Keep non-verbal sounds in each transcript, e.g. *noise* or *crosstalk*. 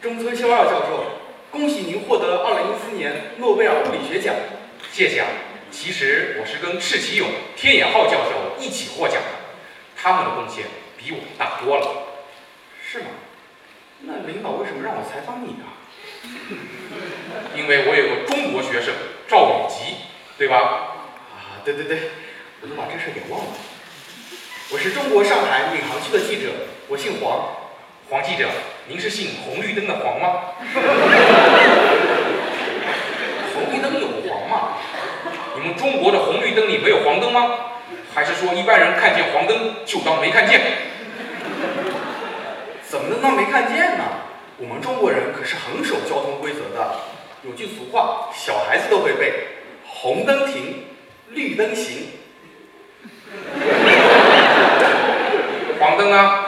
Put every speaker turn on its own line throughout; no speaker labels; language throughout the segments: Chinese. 中村修二教授，恭喜您获得2014年诺贝尔物理学奖。
谢谢啊。其实我是跟赤崎勇、天野浩教授一起获奖的，他们的贡献比我大多了。
是吗？那领导为什么让我采访你啊？
*laughs* 因为我有个中国学生赵广吉，对吧？
啊，对对对，我都把这事给忘了。我是中国上海闵行区的记者，我姓黄。
黄记者，您是姓红绿灯的黄吗？ *laughs*
红绿灯有黄吗？
你们中国的红绿灯里没有黄灯吗？还是说一般人看见黄灯就当没看见？
怎么能当没看见呢？我们中国人可是很守交通规则的。有句俗话，小孩子都会背：红灯停，绿灯行。
黄灯啊？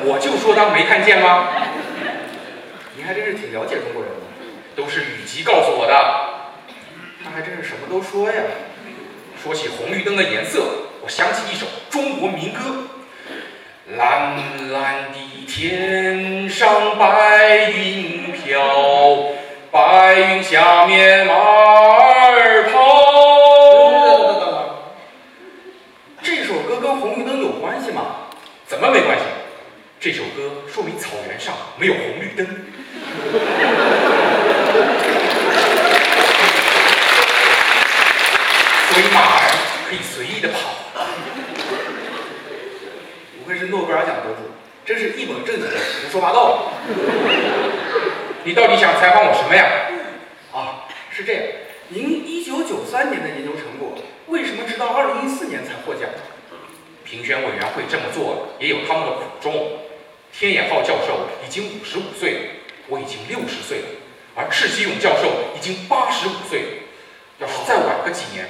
我就说当没看见吗？
您还真是挺了解中国人的，
都是吕吉告诉我的。
那还真是什么都说呀。
说起红绿灯的颜色，我想起一首中国民歌：蓝蓝的天上白云飘，白云下面马儿跑。
这首歌跟红绿灯有关系吗？
怎么没关系？这首歌说明草原上没有红绿灯。所以马儿可以随意的跑。
不愧是诺贝尔奖得主，真是一本正经的胡说八道了。
你到底想采访我什么呀？
啊，是这样，您一九九三年的研究成果，为什么直到二零一四年才获奖？
评选委员会这么做也有他们的苦衷。天野浩教授已经五十五岁了，我已经六十岁了，而赤崎勇教授已经八十五岁了。要是再晚个几年，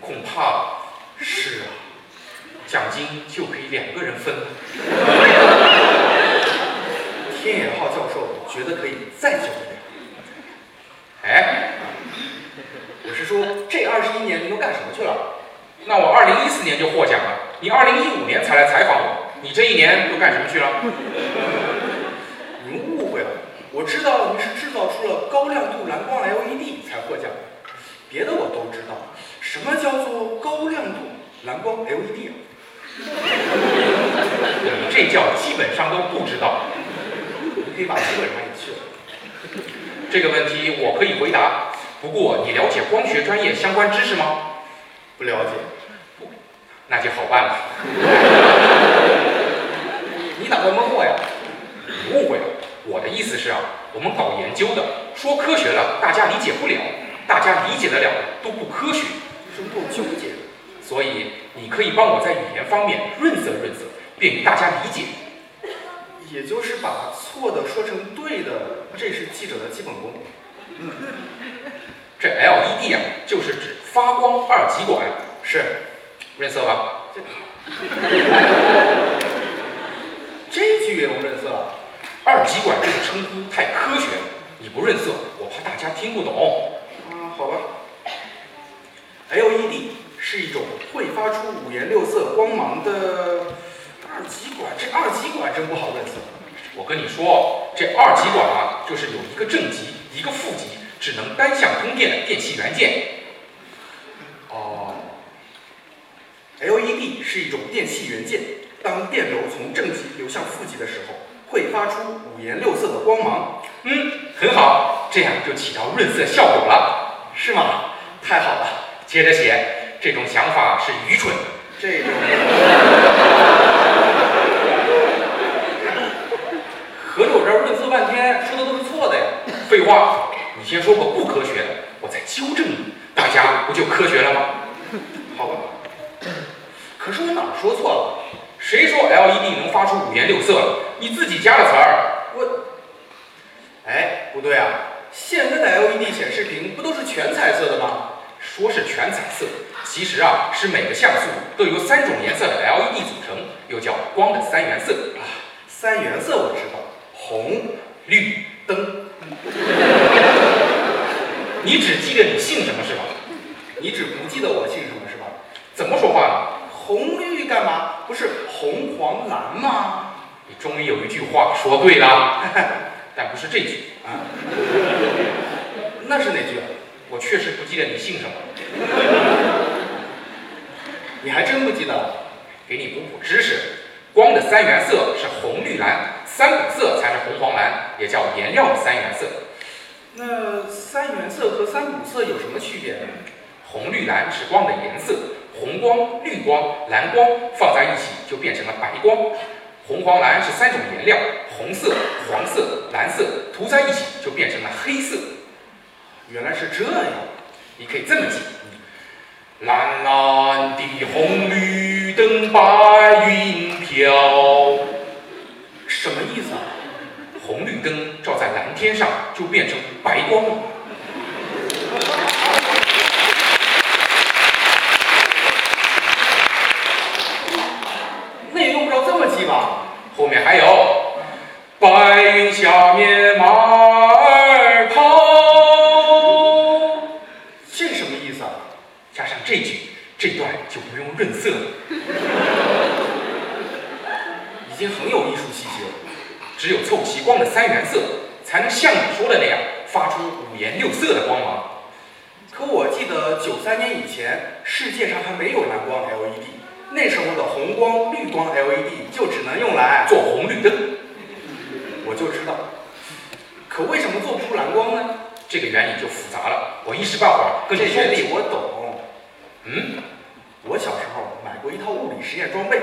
恐怕
是啊，
奖金就可以两个人分了。
天野浩教授觉得可以再久一点。
哎，
我是说，这二十一年您都干什么去了？
那我二零一四年就获奖了，你二零一五年才来采访我，你这一年都干什么去了？
您误会了，我知道您是制造出了高亮度蓝光 LED 才获奖的，别的我都知道。什么叫做高亮度蓝光 LED 啊？
你这叫基本上都不知道。
你可以把基本上也去了。
这个问题我可以回答，不过你了解光学专业相关知识吗？
不了解，
那就好办了。
*laughs* 你打算蒙我呀？
你误会了，我的意思是啊，我们搞研究的说科学了，大家理解不了；大家理解得了都不科学。
这么多纠结。
所以你可以帮我在语言方面润色润色，便于大家理解。
也就是把错的说成对的，这是记者的基本功。
这 LED 啊，就是指发光二极管，
是，
润色吧？
这句也用润色啊？
二极管这个称呼太科学了，你不润色，我怕大家听不懂。
啊，好吧。LED 是一种会发出五颜六色光芒的二极管，这二极管真不好润色。
我跟你说哦，这二极管啊，就是有一个正极，一个负极，只能单向通电的电器元件。
哦。LED E 是一种电气元件，当电流从正极流向负极的时候，会发出五颜六色的光芒，
嗯，很好，这样就起到润色效果了。
是吗？太好了。
接着写，这种想法是愚蠢的。
这种。合着我这儿润色半天，说的都是错的呀？
废话，你先说我不科学的，我再纠正你，大家不就科学了吗？
好吧。可是我哪儿说错了？
谁说 LED 能发出五颜六色了？你自己加的词儿。
哎，不对啊！现在的
E
LED 显示屏不都是全彩色的吗？
说是全彩色，其实啊是每个像素都由三种颜色的 LED 组成，又叫光的三原色：
三原色我知道，红、
绿。
灯。
你只记得你姓什么是吧？
你只不记得我姓什么是吧？
怎么说话呢？
红、绿、干嘛？不是红黄蓝吗？
你终于有一句话说对了， *laughs* 但不是这句，
那是哪句啊？
我确实不记得你姓什么，
你还真不记得了？
给你补补知识。光的三原色是红绿蓝，三补色才是红黄蓝，也叫颜料的三原色。
那三原色和三补色有什么区别呢？
红绿蓝是光的颜色，红光、绿光、蓝光放在一起就变成了白光。红黄蓝是三种颜料，红色、黄色、蓝色涂在一起就变成了黑色。
原来是这样。
你可以这么记：蓝蓝的红绿灯，白云飘。
什么意思啊？
红绿灯照在蓝天上就变成白光了。
那也用不着这么记吧？
后面还有，白云下面马儿跑。
这什么意思啊？
加上这句，这段就不用润色了。
已经很有艺术气息了。
只有凑齐光的三原色，才能像你说的那样发出五颜六色的光芒。
可我记得九三年以前，世界上还没有蓝光 LED，那时候的红光、绿光 LED 就只能用来……
做红绿灯，
我就知道。可为什么做不出蓝光呢？
这个原理就复杂了，我一时半会儿跟
这
你说
原
不
理
清。
我懂。
嗯，
我小时候买过一套物理实验装备，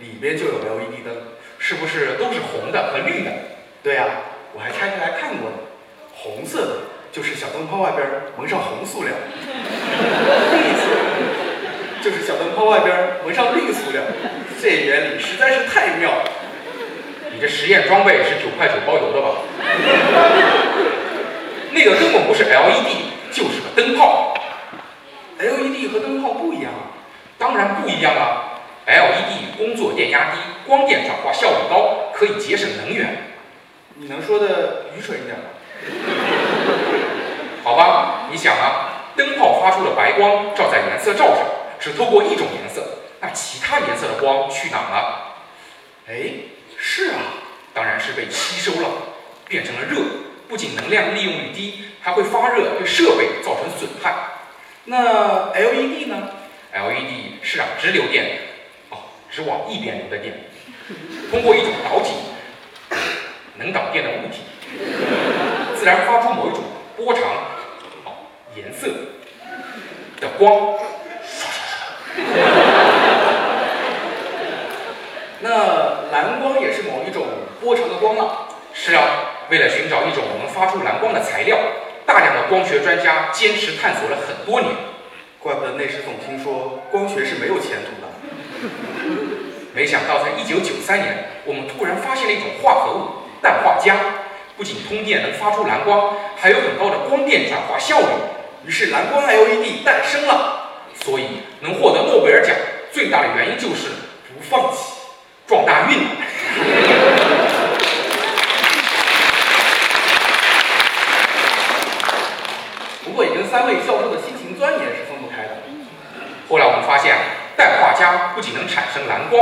里边就有 LED 灯。
是不是都是红的和绿的？
对呀、我还拆开来看过呢。红色的就是小灯泡外边蒙上红塑料，绿色的就是小灯泡外边蒙上绿塑料。这原理实在是太妙了。
你这实验装备是九块九包邮的吧？ *laughs* 那个根本不是 LED，就是个灯泡。
LED E 和灯泡不一样啊，
当然不一样啊。LED 工作电压低，光电转化效率高，可以节省能源，
你能说的愚蠢一点吗？
好吧？你想啊，灯泡发出的白光照在原色罩上，只透过一种颜色，那其他颜色的光去哪儿了？
哎，是啊，
当然是被吸收了，变成了热。不仅能量利用率低，还会发热，对设备造成损害。
那 LED 呢？
LED 是让直流电，哦，只往一边流的电，通过一种导体，能导电的物体，自然发出某一种波长、哦颜色的光。
那蓝光也是某一种波长的光啊。
是啊，为了寻找一种能发出蓝光的材料，大量的光学专家坚持探索了很多年。
怪不得那时总听说光学是没有前途的。
没想到在1993年，我们突然发现了一种化合物——氮化镓，不仅通电能发出蓝光，还有很高的光电转化效率。
于是蓝光
E
LED 诞生了。
所以能获得诺贝尔奖最大的原因就是不放弃，撞大运。
不过也跟三位教授的辛勤钻研是分不开的。
后来我们发现，啊氮化镓不仅能产生蓝光，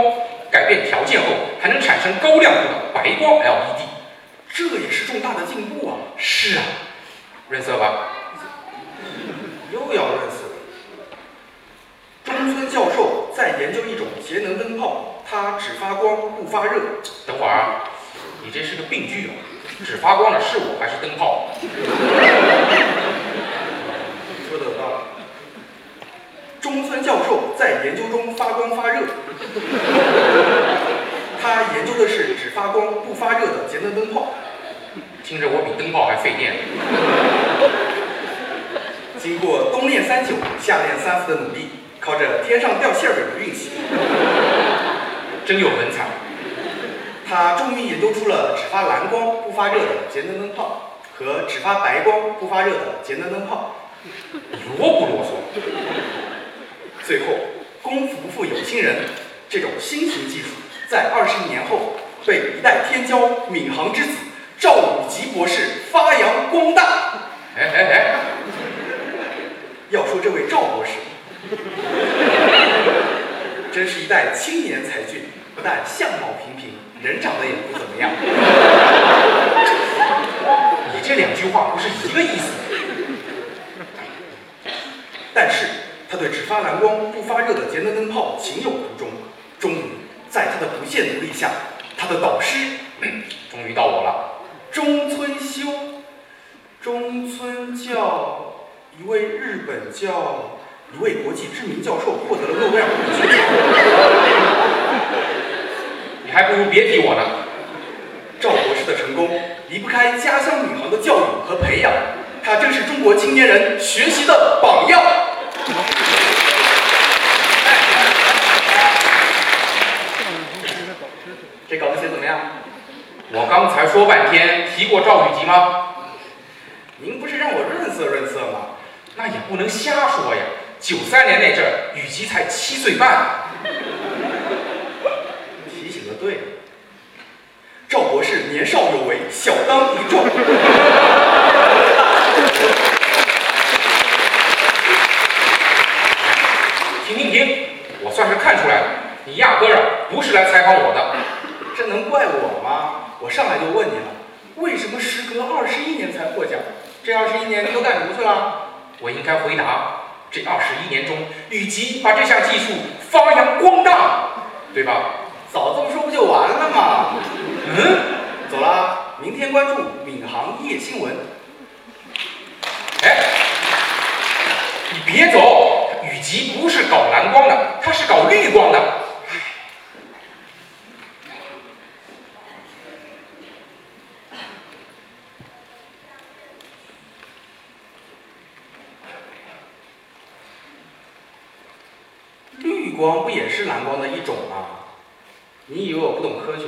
改变条件后还能产生高亮度的白光 LED。
这也是重大的进步啊！
是啊，润色吧？
又要认识了。中村教授在研究一种节能灯泡，它只发光不发热。
等会儿啊，你这是个病句啊！只发光的是我还是灯泡？
说的有道理。中村教授在研究中发光发热，他研究的是只发光不发热的节能灯泡。
听着我比灯泡还费电。
经过冬练三九，夏练三伏的努力，靠着天上掉馅饼的运气，
真有文采。
他终于研究出了只发蓝光不发热的节能灯泡和只发白光不发热的节能灯泡。
你啰不啰嗦？
最后，功夫不负有心人，这种新型技术在二十年后被一代天骄、闵行之子赵武吉博士发扬光大。 *laughs*
哎哎哎，
要说这位赵博士，真是一代青年才俊，不但相貌平平，人长得也不怎么样。
你这两句话不是一个意思。
但是他对只发蓝光不发热的节能灯泡情有独钟。终于，在他的不懈努力下，他的导师
终于到我了，
中村修，中村教一位日本教一位国际知名教授获得了诺贝尔文学奖。
你还不如别提我呢。
赵博士的成功离不开家乡女孩的教育和培养，他正是中国青年人学习的榜样。这稿子写怎么样？
我刚才说半天提过赵雨吉吗？
您不是让我润色润色吗？
那也不能瞎说呀。九三年那阵儿，雨吉才七岁半。
提醒的对。赵博士年少有为，小当益壮。
停停停，我算是看出来了，你压根儿啊不是来采访我的。
这能怪我吗？我上来就问你了，为什么时隔二十一年才获奖？这二十一年都干什么去了？
我应该回答：这二十一年中，雨吉把这项技术发扬光大，对吧？
早这么说不就完了吗？
嗯，
走啦，明天关注闵行夜新闻。
哎，你别走，雨吉不是搞蓝光的，他是搞绿光的。
绿光不也是蓝光的一种吗？你以为我不懂科学？